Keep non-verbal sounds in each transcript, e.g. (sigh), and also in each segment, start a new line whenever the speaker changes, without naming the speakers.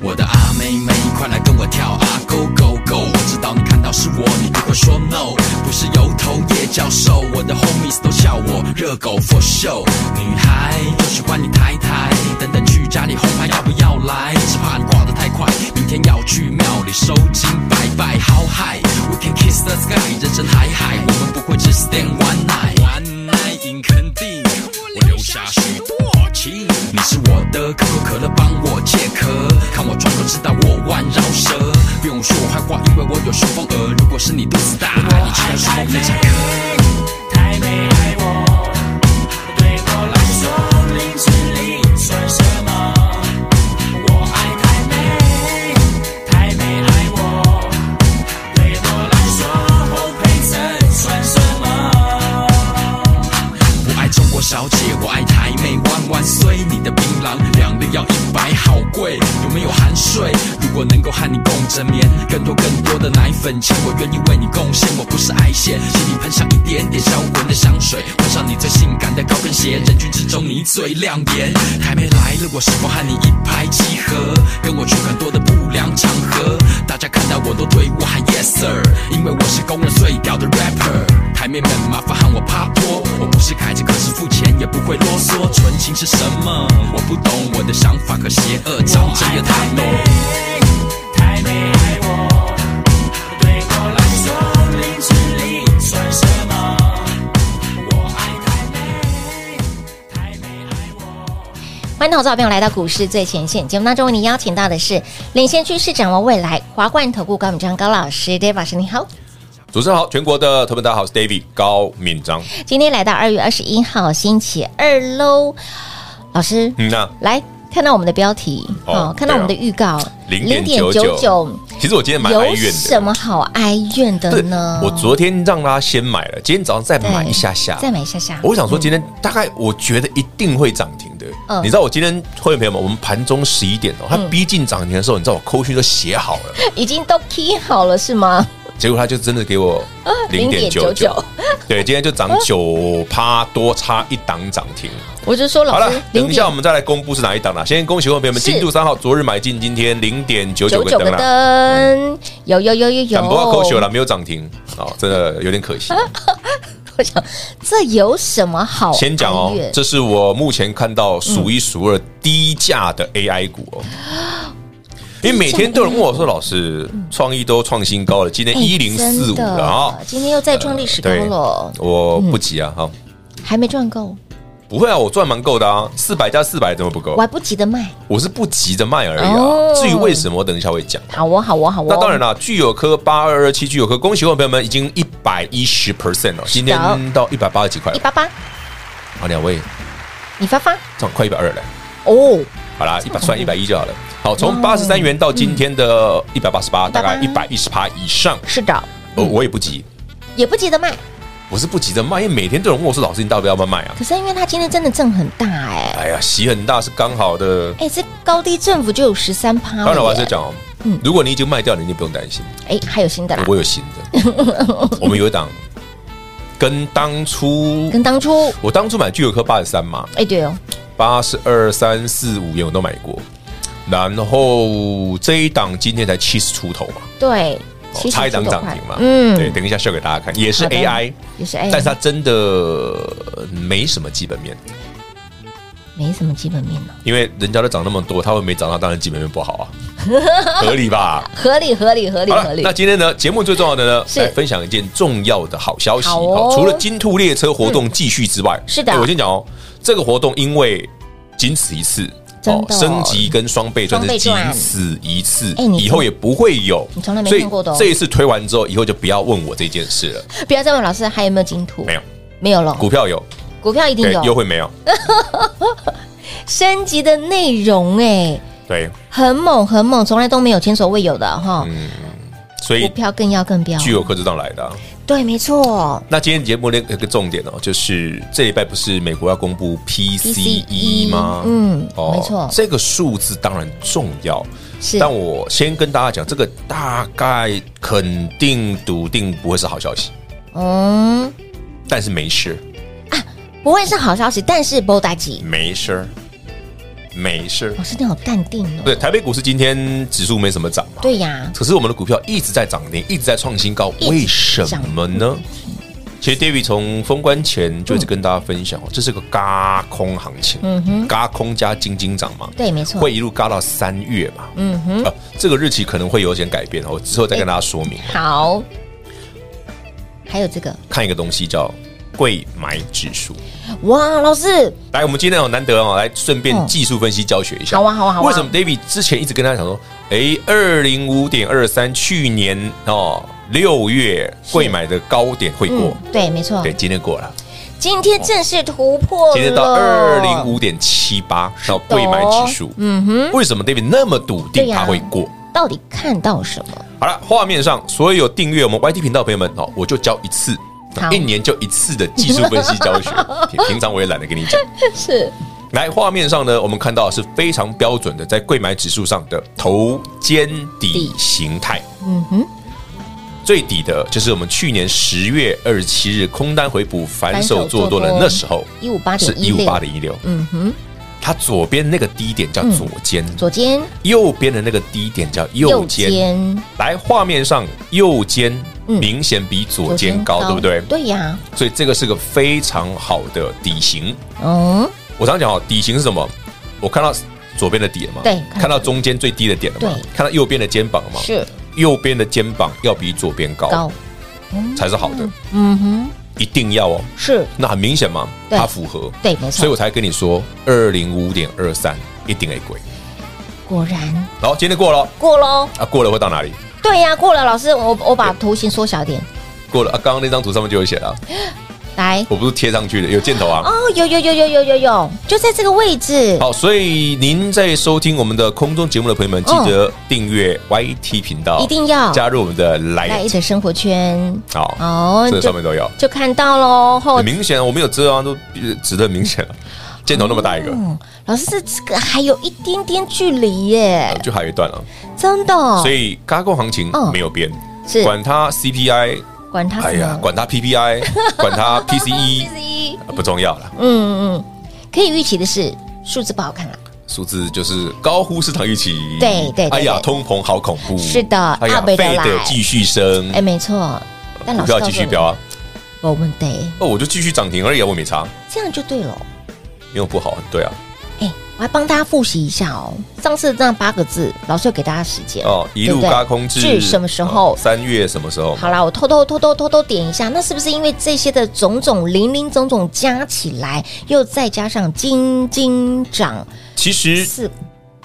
我的阿妹妹，快来跟我跳啊，Go Go Go！我知道你看到是我，你快说 No！不是油头叶教授，我的 homies 都笑我热狗 for show。女孩都喜欢你抬抬，等等去家里红牌要不要来？只怕你挂得太快，明天要去庙里收金拜拜。How high？We can kiss the sky，人生海海，我们不会只 stand one night。One night in 肯定，我留下许多情。你是我的可口可乐，帮我解渴，看我喘口知道我腕饶舌。不用说我坏话，因为我有雄风额。如果是你肚子大，你吃了双峰那才可。
台北爱我，对我来说零是零算什么？我爱台北，台北爱我，对我来说侯佩岑算什么？
我爱中国小姐，我爱台妹弯弯虽你的槟榔两粒要一百，好贵，有没有含税？如果能够和你共枕眠，更多更多的奶粉钱，我愿意为你贡献。我不是爱线，请你喷上一点点销魂的香水，换上你最性感的高跟鞋，人群之中你最亮眼。台妹来了，我是否和你一拍即合？跟我去很多的不良场合，大家看到我都对我喊 yes sir，因为我是公认最屌的 rapper。台妹们，麻烦和我趴坡。我不是凯子，可是付钱也不会啰嗦。纯情是什么？我不懂，我的想法和邪恶
我
张着
爱
也
台
太
北
浓。，
台北爱我，对我来说零是零算什么？我爱台北，台北爱我。
欢迎投资好朋友来到股市最前线节目当中，为您邀请到的是领先趋势、掌握未来华冠投顾高敏章高老师，David 老师你好。
主持人好，全国的特别大家好，我是 David 高敏 (laughs) 章。
今天来到二月二十一号星期二喽，老师，
嗯呐，
来看到我们的标题
哦
哦，看到我们的
对啊
预告
0.99其实我今天蛮哀
有
怨
什
的。
么好哀怨的
对
呢？，
我昨天让他先买了，今天早上再
对
买一下下。
再买一下下。
我想说，今天大概我觉得一定会涨停的。
嗯
你知道我今天会员朋友们，我们盘中十一点哦，它逼近涨停的时候，你知道我扣讯都写好 (laughs) 了，
已经都 key 好了是吗？
结果他就真的给我啊零点九九
0.99，
对，今天就涨九趴多，差一档涨停。
我就说
好
老
了
师，，
等一下我
0.99
们再来公布是哪一档啦。先恭喜会员朋友们，
是
金柱三号昨日买进，今天零点九九
九
个
九
灯
个
啦。
灯，有有有有有，
不要扣球了，没有涨停，哦，真的有点可惜。
我想这有什么好？
先讲哦
哀怨，
这是我目前看到数一数二低价的 AI 股哦。因为每天都有人问我说：“老师，创意都创新高了，今天
哎
一零四五
真
了
的
啊呃
今天又再创历史！”高
对
了，，
我不急啊，哈，
还没赚够，
不会啊，我赚蛮够的啊，四百加四百怎么不够
我？还不急得卖。
我是不急着卖而已
哦
啊。至于为什么，我等一下会讲。
好哦，好哦，好哦。
那当然，啦，聚友科八二二七聚友科，恭喜我朋友们已经一百一十 percent 了，今天到一百八十几块
一
了，
八八，
啊，两位
你发发
涨快一百二了。
哦，
好啦，一百算一百一就好了。好，
嗯
从八十三元到今天的一百八十八，大概一百一十趴以上。
是的，
我我也不急，
也不急得卖。
我是不急着卖，因为每天都有人问我说：“老师，你到底要不要卖啊
可是因为它今天真的挣很大哎、？”
哎呀，洗很大是刚好的。
哎，这高低振幅就有十三趴了耶。
当然，我还是要讲哦
嗯，
如果你已经卖掉了，你就不用担心，
哎，还有新的啦，
我有新的。
(laughs)
我们有一档跟当初
跟当初
我当初买聚友科八十三嘛，
哎对哦，
八十二、三四、五元我都买过，然后这一档今天才七十出头嘛。
对，
哦
70
差一档
出头
涨
块
停嘛，
嗯，
对，等一下 show 给大家看，也是
好的哎
AI，
也是 AI，
但是它真的呃没什么基本面，
没什么基本面呢，
因为人家都涨那么多，它会没涨到，当然基本面
(laughs)
不好啊，合理吧？
合理合理合理
好
合
了，
理
那。今天呢，节目最重要的呢，
是
来分享一件重要的好消息。
好哦嗯
除了金兔列车活动继续之外，
是的
哎我先讲哦，这个活动因为仅此一次。
真的哦
升级跟双倍赚
双
是
倍
仅
赚
此一次
哎，你
以后也不会有，
你从来没
所以
看过的哦
这一次推完之后，以后就不要问我这件事了，
不要再问老师还有没有金图，
没有。
没有了，
股票有，
股票一定
对，优
有
惠没有？
升级的内容，哎，
对，
很猛很猛，从来都没有前所未有的哈。
嗯，所
股
以
票更要更标，
具有科技档来的啊、
对，没错，
那今天节目的一个重点哦，就是这一拜不是美国要公布 E
E
PCE 吗？
嗯，没错，
哦这个数字当然重要，
是
但我先跟大家讲，这个大概肯定笃定不会是好消息，
嗯，
但是没事，
不会是好消息，但是波大吉，
没事，没事
老。师你好淡定哦，
对，台北股市今天指数没什么涨嘛，
对呀，
可是我们的股票一直在涨停，一直在创新高，
一直
为什么呢？其实 David 从封关前就一直跟大家分享哦，这是个嘎空行情，
嗯哼
嘎空加金金涨嘛，
对，没错，
会一路嘎到三月嘛，
嗯哼，
啊，这个日期可能会有点改变哦，我之后再跟大家说明。
好，还有这个，
看一个东西叫贵买指数，
哇，老师，
来，我们今天很难得哦，来顺便
嗯
技术分析教学一下。
好啊好啊好啊
为什么 David 之前一直跟大家讲说，哎，二零五点二三，去年哦六月贵买的高点会过，
嗯，对，没错
对，，今天过了，
今天正式突破了，
今天到二零五点七八，到贵买指数。
嗯哼，
为什么 David 那么笃
对
定
呀
它会过？
到底看到什么？
好了，画面上所有订阅我们 YT 频道的朋友们哦，我就教一次
好，
一年就一次的技术分析
(laughs)
教学。平平常我也懒得跟你讲。
是
来，画面上呢，我们看到是非常标准的，在贵买指数上的头肩底形态。
嗯哼，
最底的就是我们去年十月二十七日空单回补反手做多
反手做
的
多
那时候，
一五八
是
点一
一五
六，
八点一六。
嗯哼，嗯
它左边那个低点叫左肩，
左肩、
右边的那个低点叫右肩。来，画面上右肩
嗯
明显比左肩高，对不对？
对呀，
所以这个是个非常好的底型。
嗯，
我常讲哦，底型是什么？我看到左边的底了嘛，
对看到
看到中间最低的点了嘛
对，
看到右边的肩膀了嘛，
是
右边的肩膀要比左边高
高，
才是好的，
嗯哼，
一定要哦。
是
那很明显嘛，
对
它符合，
对，没
所以
错，
我才跟你说二零五点二三一定会贵。
果然
然后今天过了哦
过喽。
啊，过了会到哪里？
对呀，过了，老师，我我把图形缩小点，
过了啊，刚刚那张图上面就有写了啊，
来，
我不是贴上去的，有箭头啊。
哦，有有有有有有有，就在这个位置，
好，所以您在收听我们的空中节目的朋友们，记得订阅 YT 频道，
嗯一定要
加入我们的
来
来
一的生活圈，
好，
哦，
这上
就
面都有，
就看到喽，后
很明显啊，我没有遮啊，都呃指的很明显了，箭头那么大一个，
嗯，老师，这这个还有一点点距离耶，
就还有一段了，
真的哦。
所以嘎空行情
嗯
没有变，
是
管它 CPI，
管他
哎
什
呀
么，，
管它
(laughs)
PPI，管它 PCE，
PCE
啊不重要了，
嗯嗯嗯，可以预期的是数字不好看了，啊
数字就是高乎市场预期，
对对对
哎呀，
对
通膨好恐怖，
是的阿
哎呀，
北
费
的来
的继续升
哎，，没错，但
股
老师
票
告
继
诉
续
你
飙，啊，
我们得
哦，我就继续涨停而已啊，我也没差。
这样就对了。
因为我不好，对啊，
哎，我还帮大家复习一下哦，上次那八个字，老师有给大家时间
哦，一
对
路
不对
嘎空至
至什么时候
哦三月什么时候？
好啦，我偷偷偷偷偷偷点一下，那是不是因为这些的种种零零总总加起来，又再加上金金涨
其实
四，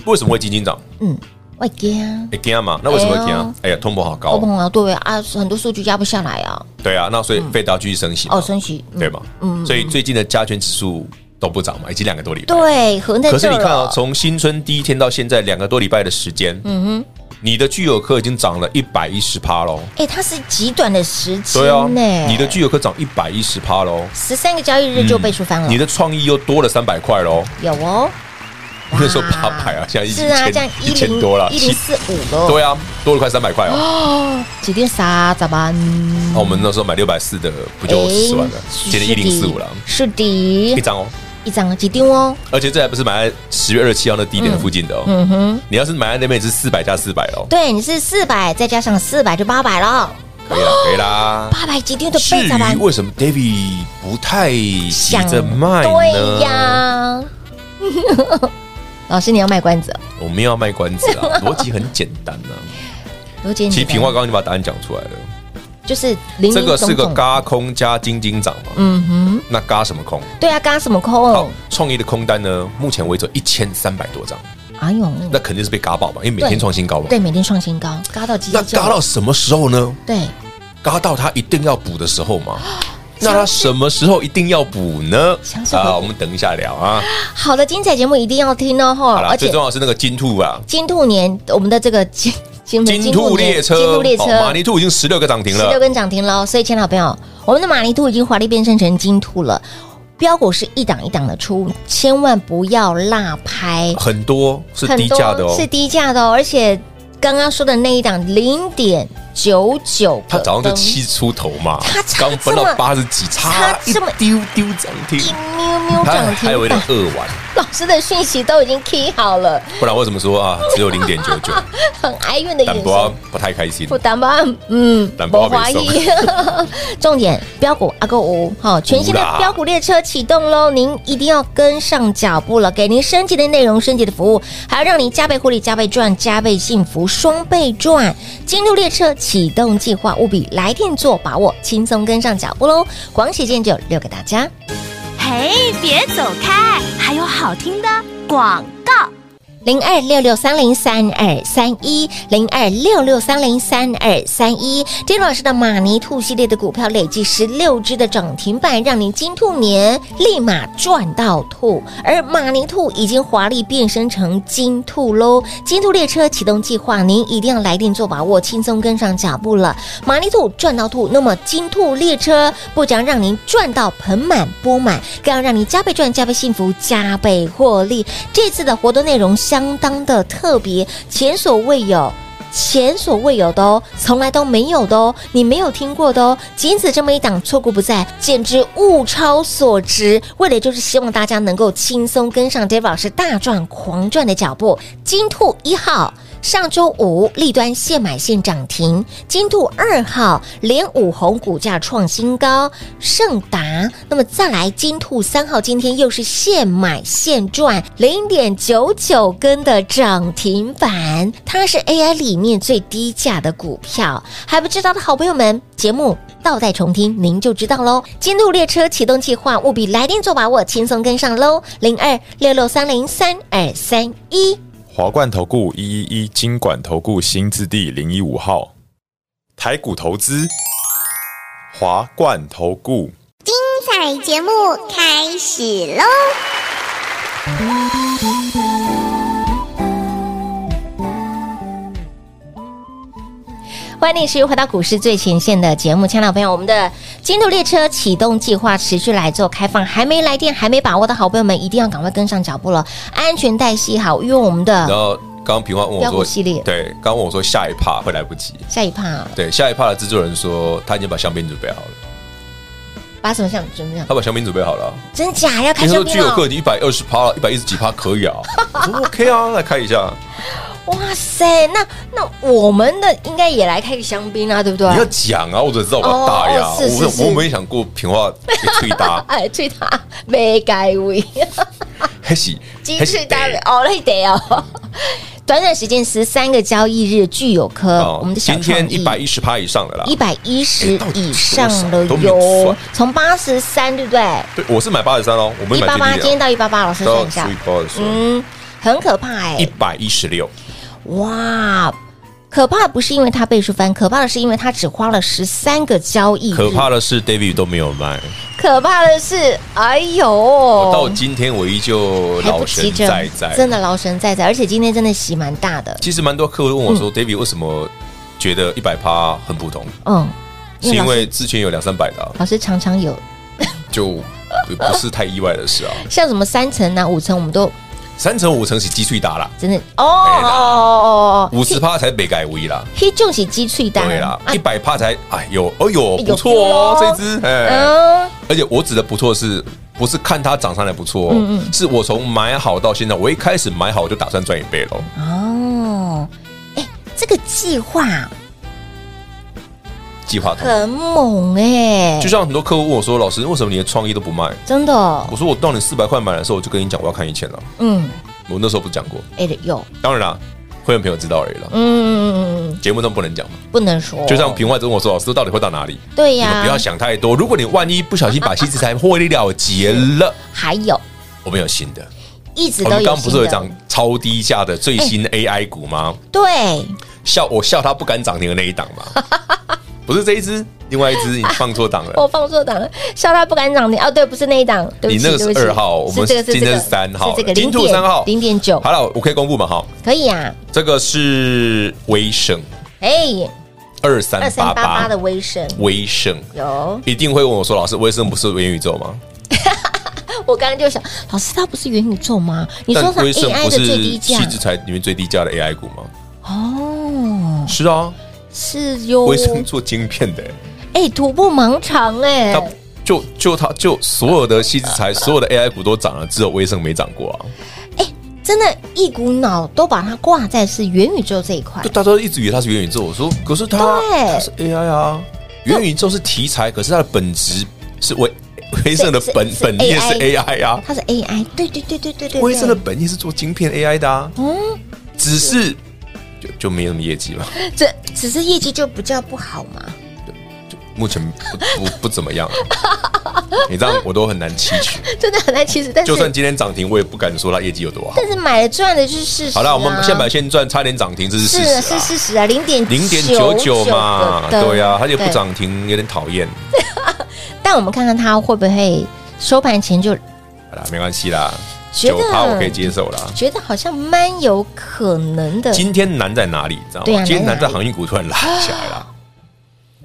为什么会金金涨？
嗯，我给啊，
会惊嘛？那为什么会
哎呦
惊？哎呀，通膨好
欧
高，
鹏啊，对啊，很多数据压不下来啊，
对啊，那所以费达继续升息嘛，
哦，升息，嗯
对吗？
嗯
所以最近的加权指数都不涨嘛，已经两个多礼拜。
对，合在
可是
这
你
儿
看啊
了，，
从新春第一天到现在两个多礼拜的时间，
嗯哼，
你的聚友科已经涨了一百一十趴喽。
哎，它是极短的时间
对啊，
呢，
你的聚友科涨一百一十趴喽，
十三个交易日就倍数翻了，
嗯你的创意又多了三百块喽。
有哦，
(laughs) 那时候
哇
八百啊，现在一
是啊，这
千
样
一
一
千多了，
一零
七
四五了，
对啊，多了快三百块哦。
哦，几点杀咋办？
那我们那时候买六百四的，不哦就四十万了
哎？
今天一零四五了，
是
一
的，
张哦。
一张几丢哦，
而且这还不是买在十月二十七号那低点附近的哦。
嗯哼，
你要是买在那边也是四百加四百哦，
对，你是四百再加上四百就八百了，
可以啦，可以啦。
八百几丢的
至
倍咋
于
办？
为什么 David 不太急着卖呢？
对呀。老师，你要卖关子哦，
我们要卖关子
(laughs)
啊，逻辑很简单啊。
罗姐，
其实
你
平话刚刚已经把答案讲出来了，
就是零
这
零
个
总
是个
总，
嘎空加金金涨嘛。
嗯哼，
那嘎什么空？
对啊，刚刚什么
好
空？，
创意的空单呢，目前为止一千三百多张，
哎呦，
那肯定是被嘎爆嘛，因为每天
对
创新高嘛。
对，每天创新高，高到鸡
那
叫
嘎到什么时候呢？
对， (gasps)
嘎到它一定要补的时候嘛，那它什么时候一定要补呢
详？细回顾
啊，我们等一下聊啊。
好的精彩节目一定要听哦，哈
好！了，
而
最
且
重要的是那个金兔啊，
金兔年，我们的这个金金
金兔
年
列车，
金兔列车，
哦马尼兔已经十六个涨停
十六
了，
根涨停喽。所以，亲爱的朋友，我们的马尼兔已经华丽变身成金兔了。标股是一档一档的出，千万不要落拍，
很多是低价的哦
是。低价的哦。而且刚刚说的那一档零点九九，
它早上就七出头嘛
它，差
刚分
这
到
么
八十几，差
差
一
这么
丢丢涨停，
一喵喵
它
涨
还有
停
一点
板，
二完，
老师的讯息都已经 key 好了，
不然为什么说啊只有零点九九？
很哀怨的眼
但
神
不。要不太开心
不，担吧，嗯，
但不好比
怀疑。 (laughs) 重点标股阿哥五，好，全新的
有啦
标股列车启动喽！您一定要跟上脚步了，给您升级的内容、升级的服务，还要让您加倍获利、加倍赚、加倍幸福、双倍赚。金鹿列车启动计划，务必来电做把握，轻松跟上脚步喽！广喜见就留给大家。
嘿，别走开，还有好听的广告。
零二六六三零三二三一，零二六六三零三二三一，这老师的马尼兔系列的股票累计十六只的涨停板，让您金兔年立马赚到兔。而马尼兔已经华丽变身成金兔喽！金兔列车启动计划，您一定要来电做把握，轻松跟上脚步了。马尼兔赚到兔，那么金兔列车不仅让您赚到盆满钵满，更要让您加倍赚、加倍幸福、加倍获利。这次的活动内容相当的特别，前所未有。前所未有的哦，从来都没有的哦，你没有听过的哦，仅此这么一档，错过不再，简直物超所值。为了就是希望大家能够轻松跟上 Dave 老师大赚狂赚的脚步。金兔一号上周五立端现买现涨停，金兔二号连五红股价创新高，盛达。那么再来金兔三号，今天又是现买现赚零点九九根的涨停板，它是 AI 里面最低价的股票。还不知道的好朋友们，节目倒带重听，您就知道喽。金兔列车启动计划，务必来电做把握，轻松跟上喽。零二六六三零三二三一。
华冠投顾一一一金管投顾新字第零一五号，台股投资，华冠投顾。
彩节目开始喽！
欢迎你持续回到股市最前线的节目，亲爱的朋友，我们的金兔列车启动计划持续来做开放，还没来电、还没把握的好朋友们，一定要赶快跟上脚步了，安全带系好，因为我们的
然后刚刚平花问我
标股
说，
系列
对，刚刚问我说下一趴会来不及。
下一趴
对，下一趴的制作人说他已经把香槟准备好了，
把什么项准备好？
他把香槟准备好了啊。
真假要开
听
香
说
槟
具有
了
个？体一百二十趴了，一百一十几趴可以啊。我说 OK 啊，来开一下。
哇塞，那那我们的应该也来开个香槟啊，对不对
你？要讲啊，我只知道我要大呀
哦。是是是，
我我没想过平话被吹打
(laughs) 哎，最他没该
(laughs)
位，
还是
金翅大人哦，那得哦。 (laughs) 短短时间十三个交易日，具有科、
哦
我们的小
今天
创意
一百一十趴以上的啦
一。百一十以上了
哎到底多少都没有
哟
算，
从八十三对不对？
对，我是买八十三哦，我没
一
买
八八，
便
今天
宜的。
到一八八，老师算一下
到，八十三，
嗯，很可怕哎、
一百一十六，嗯
哇！可怕不是因为它倍数翻，可怕的是因为它只花了十三个交易日
可怕的是 David 都没有卖，
可怕的是，哎呦，
我到今天我依旧
还不
老
急
神
着
在在，
真的劳神在在，而且今天真的洗蛮大的，
其实蛮多客户问我说、d a v i d 为什么觉得一百趴很普通？
嗯，
是
老
因
师
为之前有两三百的啊、
老师常常有
就
(laughs)
不不是太意外的事啊。
像什么三层啊、五层，我们都
三成五成是基础打啦，
真的哦
哎
哦
啦
哦哦，
五十趴才北改微啦，
去重起鸡脆蛋，
对啦，
啊
一百趴才哎呦，哎呦
有
不错哦，
feel
这
哦
只哎，
嗯。
而且我指的不错是。不是看它涨上来不错、
嗯
哦，是我从买好到现在，我一开始买好就打算赚一倍喽。
哦，哎，这个计划
计划通，
很猛哎、
就像很多客户问我说：“老师，为什么你的创意都不卖
真的哦、？”
我说：“我到你四百块买的时候，我就跟你讲我要看一千了。
嗯，”
我那时候不讲过，
哎、有，
当然啦，会员朋友知道而已了。
嗯，
节目中不能讲嘛，
不能说，
就像平外跟我说，老师到底会到哪里？
对
你
呀、
们不要想太多。如果你万一不小心把新资产获利了结了，
还有
我们有新的。
一直
我
都
们
有
哦刚不是有
新
一
的哎
张超低价的最新 AI 股吗？
对，
(laughs) 笑我笑它不敢涨停的那一档嘛，不不是这一只，另外一只你放错档
(laughs) 我
了。
放错档了，笑他不敢涨停哦，对，不是那一档，对不
你
起，
那个是
对不起
二号，我们
是这个是
今
这
天
个
是三号
是这个，
金
零
兔
点
三号
零点九，
好了，我可以公布嘛？哈，
可以啊，
这个是威盛
哎，
二
二
三
三
八
八八
八
的微升
威盛，
有，
一定会问我说，老师，威盛不是元宇宙吗？
我刚刚就想，老师它不是元宇宙吗？你说
但
它
威盛
AI
不
的最
是
低价
细制材里面最低价的 AI 股吗？
哦，
是啊，
是哟，
(laughs) 威盛做晶片的、
哎，徒步盲肠哎
它，就就它就所有的细制材，所有的 AI 股都涨了，只有威盛没涨过啊。
真的，一股脑都把它挂在是元宇宙这一块
就，大家都一直以为它是元宇宙，我说可是它
对
它是 AI 啊，元宇宙是题材，可是它的本质是威威盛的
是
本
是是
本业是
AI
AI 啊，
它是 AI，对对对对对对，
威盛的
对
本业是做晶片 AI 的啊，
嗯，
只是就就没什么业绩嘛，
这只是业绩就比较不好嘛，
就目前不不不怎么样啊， (laughs) 你这样我都很难期许，
真的很难其实， (laughs) 但是
就算今天涨停，我也不敢说它业绩有多好
但。是啊买了赚的就是事实、啊。
好了，我们现买现赚，差点涨停，这是事
是啊
实
是
啊。
事实啊，零点
零点九九嘛，对呀、啊，它也不。
对
涨停，有点讨厌。
但我们看看它会不会收盘前就
好啦，没关系啦，
觉得
九趴我可以接受啦。
觉得好像蛮有可能的。
今天难在哪里？你知道
嗯对啊
吗？今天
难
难
在
在
哪
航运股突然拉起来了，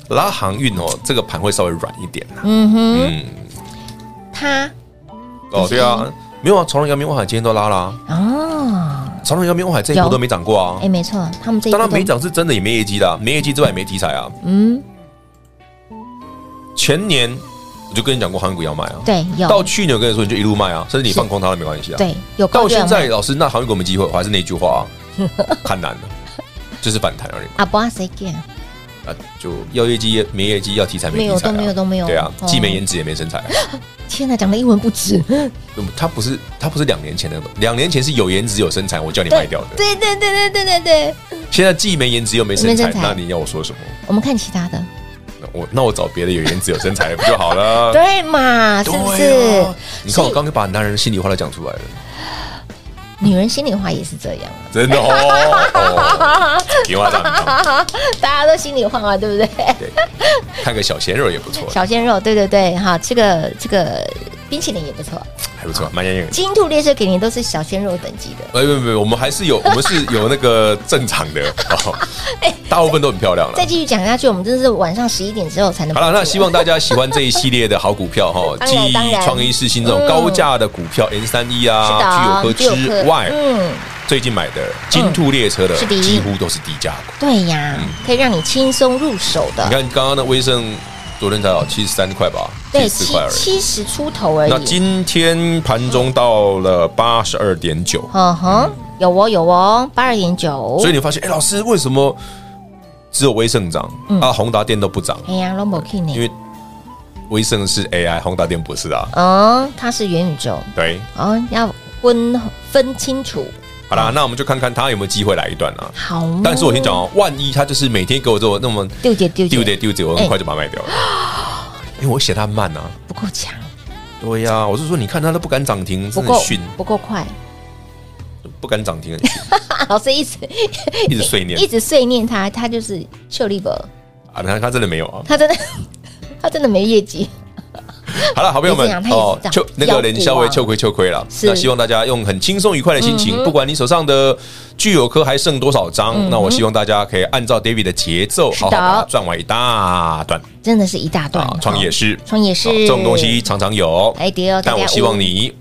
拉航运哦，这个盘会稍微软一点啦。
嗯嗯哼，
嗯，
它
哦，对啊，没有啊，长荣、阳明、万海今天都拉啦。
哦，
长荣、阳明、万海这一
有
波都没涨过啊
哎，。没错，他们这一
嗯当然
波都
没，涨是真的，也没业绩啦，没业绩之外也没题材啊。
嗯，
前年我就跟你讲过，航运股要卖啊。
对，
到
有，
去年我跟你说，你就一路卖啊，甚至你
是
放空它都没关系啊。
对，啊有高
到
热
现
嘛
在，老师，那航运股有没有机会？我还是那句
(laughs)
话啊，看难了，就是反弹而已。
啊，不啊，谁给啊？
啊，就要业绩没业绩，要题材没
没有
题材、啊，
都没有都没有
对啊，
哦
既没颜值也没身
(laughs)
材、啊。
天哪，讲的一文不
(laughs)
值。
嗯它不是它不是两年前那种，两年前是有颜值有身材，我叫你卖
对
掉的。
对对对对对对对，
现在既没颜值又没身
没
材
身，材
那你要我说什么？
我们看其他的。
啊那我那我找别的有颜值有身材的不就好了？
对嘛？是不
对
是
啊？你看我刚刚把男人心里话都讲出来了，
女人心里话也是这样啊，
真的哦。哦给我掌
啊 (laughs) 大家都心里话啊，对不对？
对，看个小鲜肉也不错，
小鲜肉，对对对，哈，这个这个冰淇淋也不错，
还不错，蛮艳艳的。
金兔列车给您都是小鲜肉等级的。
没没没，我们还是有，我们是有那个正常的，哦、大部分都很漂亮了。
再继续讲下去，我们真的是晚上十一点之后才能
好
播出。
了，那希望大家喜欢这一系列的好股票哈，
当然
继
当然
创意世新这种
嗯
高价的股票 N 三一
是的
啊、
啊
具有科
具有
之
科
外，
嗯，
最近买的金兔列车的
是的
几乎都是低价股。
对呀，可以让你轻松入手
嗯
的，
你看刚刚那威盛昨天才有七十三块吧，
对，
四
七
块而已。
七十出头而
那
已。
今天盘中到了八十二点九，
嗯哼，有哦有哦，八二点九
所以。你发现，哎，老师为什么只有威盛涨
嗯
啊，宏达电都不涨？
哎呀 r o b o King
因
呢？
为威盛是 AI，宏达电不是啊。
嗯，它是元宇宙，
对，
哦，要分分清楚。
好啦，那我们就看看它有没有机会来一段啊。
好嗯哦，
但是我先讲哦，万一他就是每天给我做那么
丢姐丢
丢
姐
丢丢丢，
哎
我很快就把它卖掉了，因为我写它慢啊。
不够强，
对呀、我是说，你看它都不敢涨停，
不
真的
够
很逊，
不够
(laughs)
快。
不敢涨停很逊，
啊老师一直
一直
(laughs)
碎念
一直碎念他，他就是秀丽伯，
啊！你看它真的没有啊。
他真的 (laughs) 他真的没业绩。
好了，好朋友
一直
们
讲它一直讲
就那个
妖股啊
人稍微秋亏秋亏了。
是嗯
那希望大家用很轻松愉快的心情，不管你手上的具有科还剩多少张，那我希望大家可以按照 David 的节奏，
是
好
的
好把它赚完一大段
真的是一大段
啊！创业
哦
是
创业是
哦这种东西常常有，
哎对哦，
但
大家
我希望你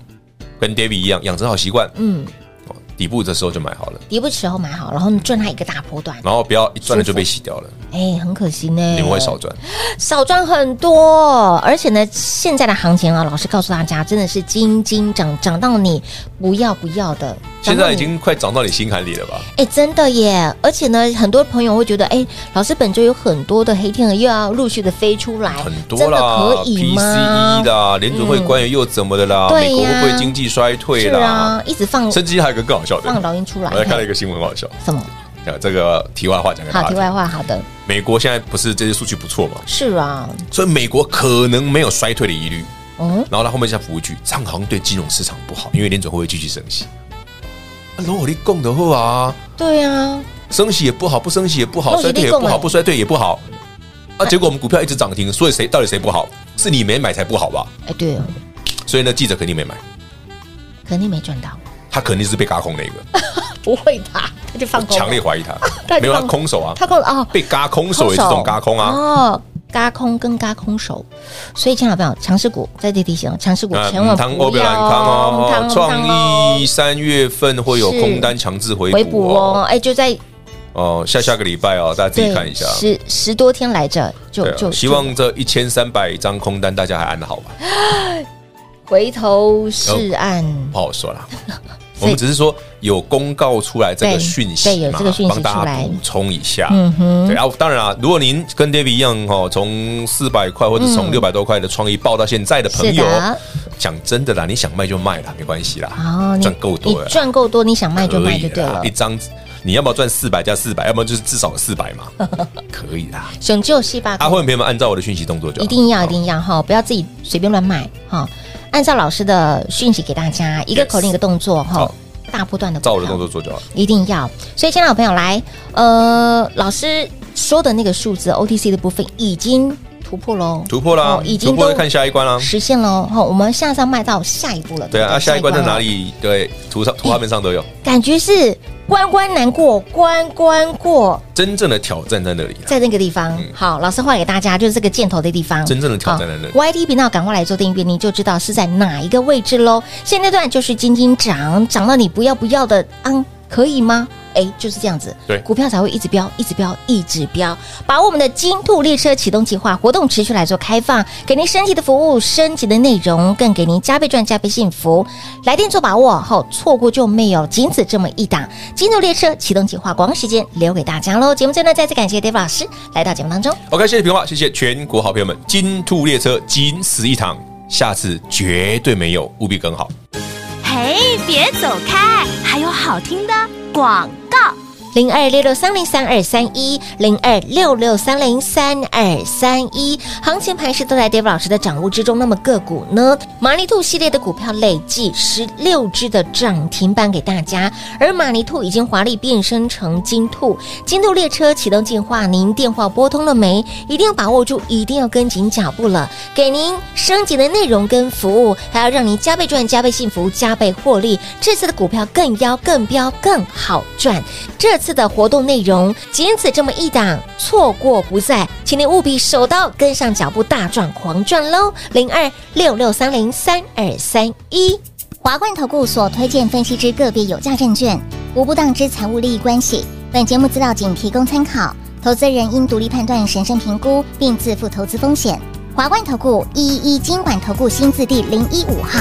跟 David 一样，养成好习惯，
嗯，
哦底部的时候就买好了，
底部时候买好，然后你赚他一个大波段，
然后不要一赚了就被洗掉了，
哎，很可惜呢，
你们会少赚。
少赚很多，而且呢，现在的行情啊，老师告诉大家，真的是斤斤涨，涨到你不要不要的，
现
涨到
在
你
已经快涨到你心坎里了吧？
哎、真的耶！而且呢，很多朋友会觉得，哎、老师本周有很多的黑天鹅又要陆续的飞出来，
很
真
多
的
啦
可以吗嗯
，PCE？啦，联准会官员又怎么的啦？
对呀
美国会不会经济衰退
是
啦？
啊，一直放
甚至还有一个更好笑的
放，老鹰出来，
我还看了一
嘿
个新闻，很好笑。
什么？
讲这个题外话，讲给大
好，
家
题
听。
外话，好的，
美国现在不是这些数据不错嘛，
是啊，
所以美国可能没有衰退的疑虑。
嗯，
然后他后面加补一句，这样好像对金融市场不好，因为联准会会继续升息。啊，如果你供的话啊，
对啊，
升息也不好，不升息也不
那
好，
我
衰
觉得
退也
你供
不好，
了
不衰退也不好。
哎
啊，结果我们股票一直涨停，所以谁到底谁不好？是你没买才不好吧？
哎，对哦，
所以呢，记者肯定没买，
肯定没赚到， (laughs)
他肯定是被嘎空那个，
不会吧？他就放
我
空了，
强烈怀疑
(laughs) 他
他，没有他
放
空手啊，
他空哦，
被嘎空手也是这种嘎空啊，
哦，嘎空跟嘎空手，所以亲爱的朋友，强势股再次提醒哦，强势股千万
啊嗯汤
不
欧贝兰
要
康
哦，
哦，
嗯
创意三月份会有
是
空单强制回
回
补
补
哦
哦，，哎，就在
哦，下下个礼拜哦，大家自己看一
对
下。
十十多天来着，就
对啊
就
希望这一千三百张空单大家还按得好啊
(laughs)
吧？
回头是岸，
不好说啦，
所
我
以
们只是说有公告出来这个讯息
对对有
嘛
这个讯息
帮大
出
家
来
补充一下。
嗯哼，
对，然后当然啊，如果您跟 David 一样哦，从四百块或者从六百多块的创意报到现在的朋友
嗯
啊
是的，
讲真的啦，你想卖就卖啦，没关系啦，
哦，你
赚够多
你
了，
赚够多，你想卖就
可
卖
以
就对
啦
了，
一。张你要么赚四百加四百，要么就是至少四百
(laughs)
嘛，可以啦。
熊就戏吧，
阿慧朋友们，按照我的讯息动作就好
一定要一
好
定要哈，不要自己随便乱买哈。按照老师的讯息给大家，一个
Yes
口令一个动作哈
好，
大波段的
照
股
我的动
票
作做就好了。
一定要。所以，亲爱的朋友来，呃，老师说的那个数字 OTC 的部分已经突破喽，
突破啦
哦，已
突
经
破
都嗯
就看下一关啦。
实现喽。哈，我们下次要迈到下一步了。哎
对啊，
不
那下一关在哪？
咯
里？对，图上图画面上都有。
感觉是关关难过，关关过，
真正的挑战在那里啊啦。
在那个地方。
嗯
好，老师画给大家，就是这个箭头的地方。
真正的挑战在那里
好 YT 频道赶快来做订阅，你就知道是在哪一个位置喽。现阶段就是斤斤涨，涨到你不要不要的，嗯，可以吗？哎，就是这样子，
对
股票才会一直飙，一直飙，一直飙。把我们的金兔列车启动计划活动持续来做开放，给您升级的服务、升级的内容，更给您加倍赚、加倍幸福。来电做把握，后错过就没有，仅此这么一档。金兔列车启动计划，广告时间留给大家喽。节目最后呢，再次感谢 David 老师来到节目当中。
OK，谢谢平话，谢谢全国好朋友们，金兔列车仅此一趟，下次绝对没有，务必跟好。
嘿，别走开，还有好听的广告。
零二六六三零三二三一，零二六六三零三二三一，行情盘势都在 Dave 老师的掌握之中。那么个股呢？马尼兔系列的股票累计十六只的涨停板给大家，而马尼兔已经华丽变身成金兔，金兔列车启动进化。您电话拨通了没？一定要把握住，一定要跟紧脚步了。给您升级的内容跟服务，还要让您加倍赚、加倍幸福、加倍获利。这次的股票更妖、更标、更好赚。这次的活动内容仅此这么一档，错过不再，请您务必手刀跟上脚步，大赚狂赚喽！零二六六三零三二三一。
华冠投顾所推荐分析之个别有价证券，无不当之财务利益关系。本节目资料仅提供参考，投资人应独立判断、审慎评估，并自负投资风险。华冠投顾一一一金管投顾新字第零一五号。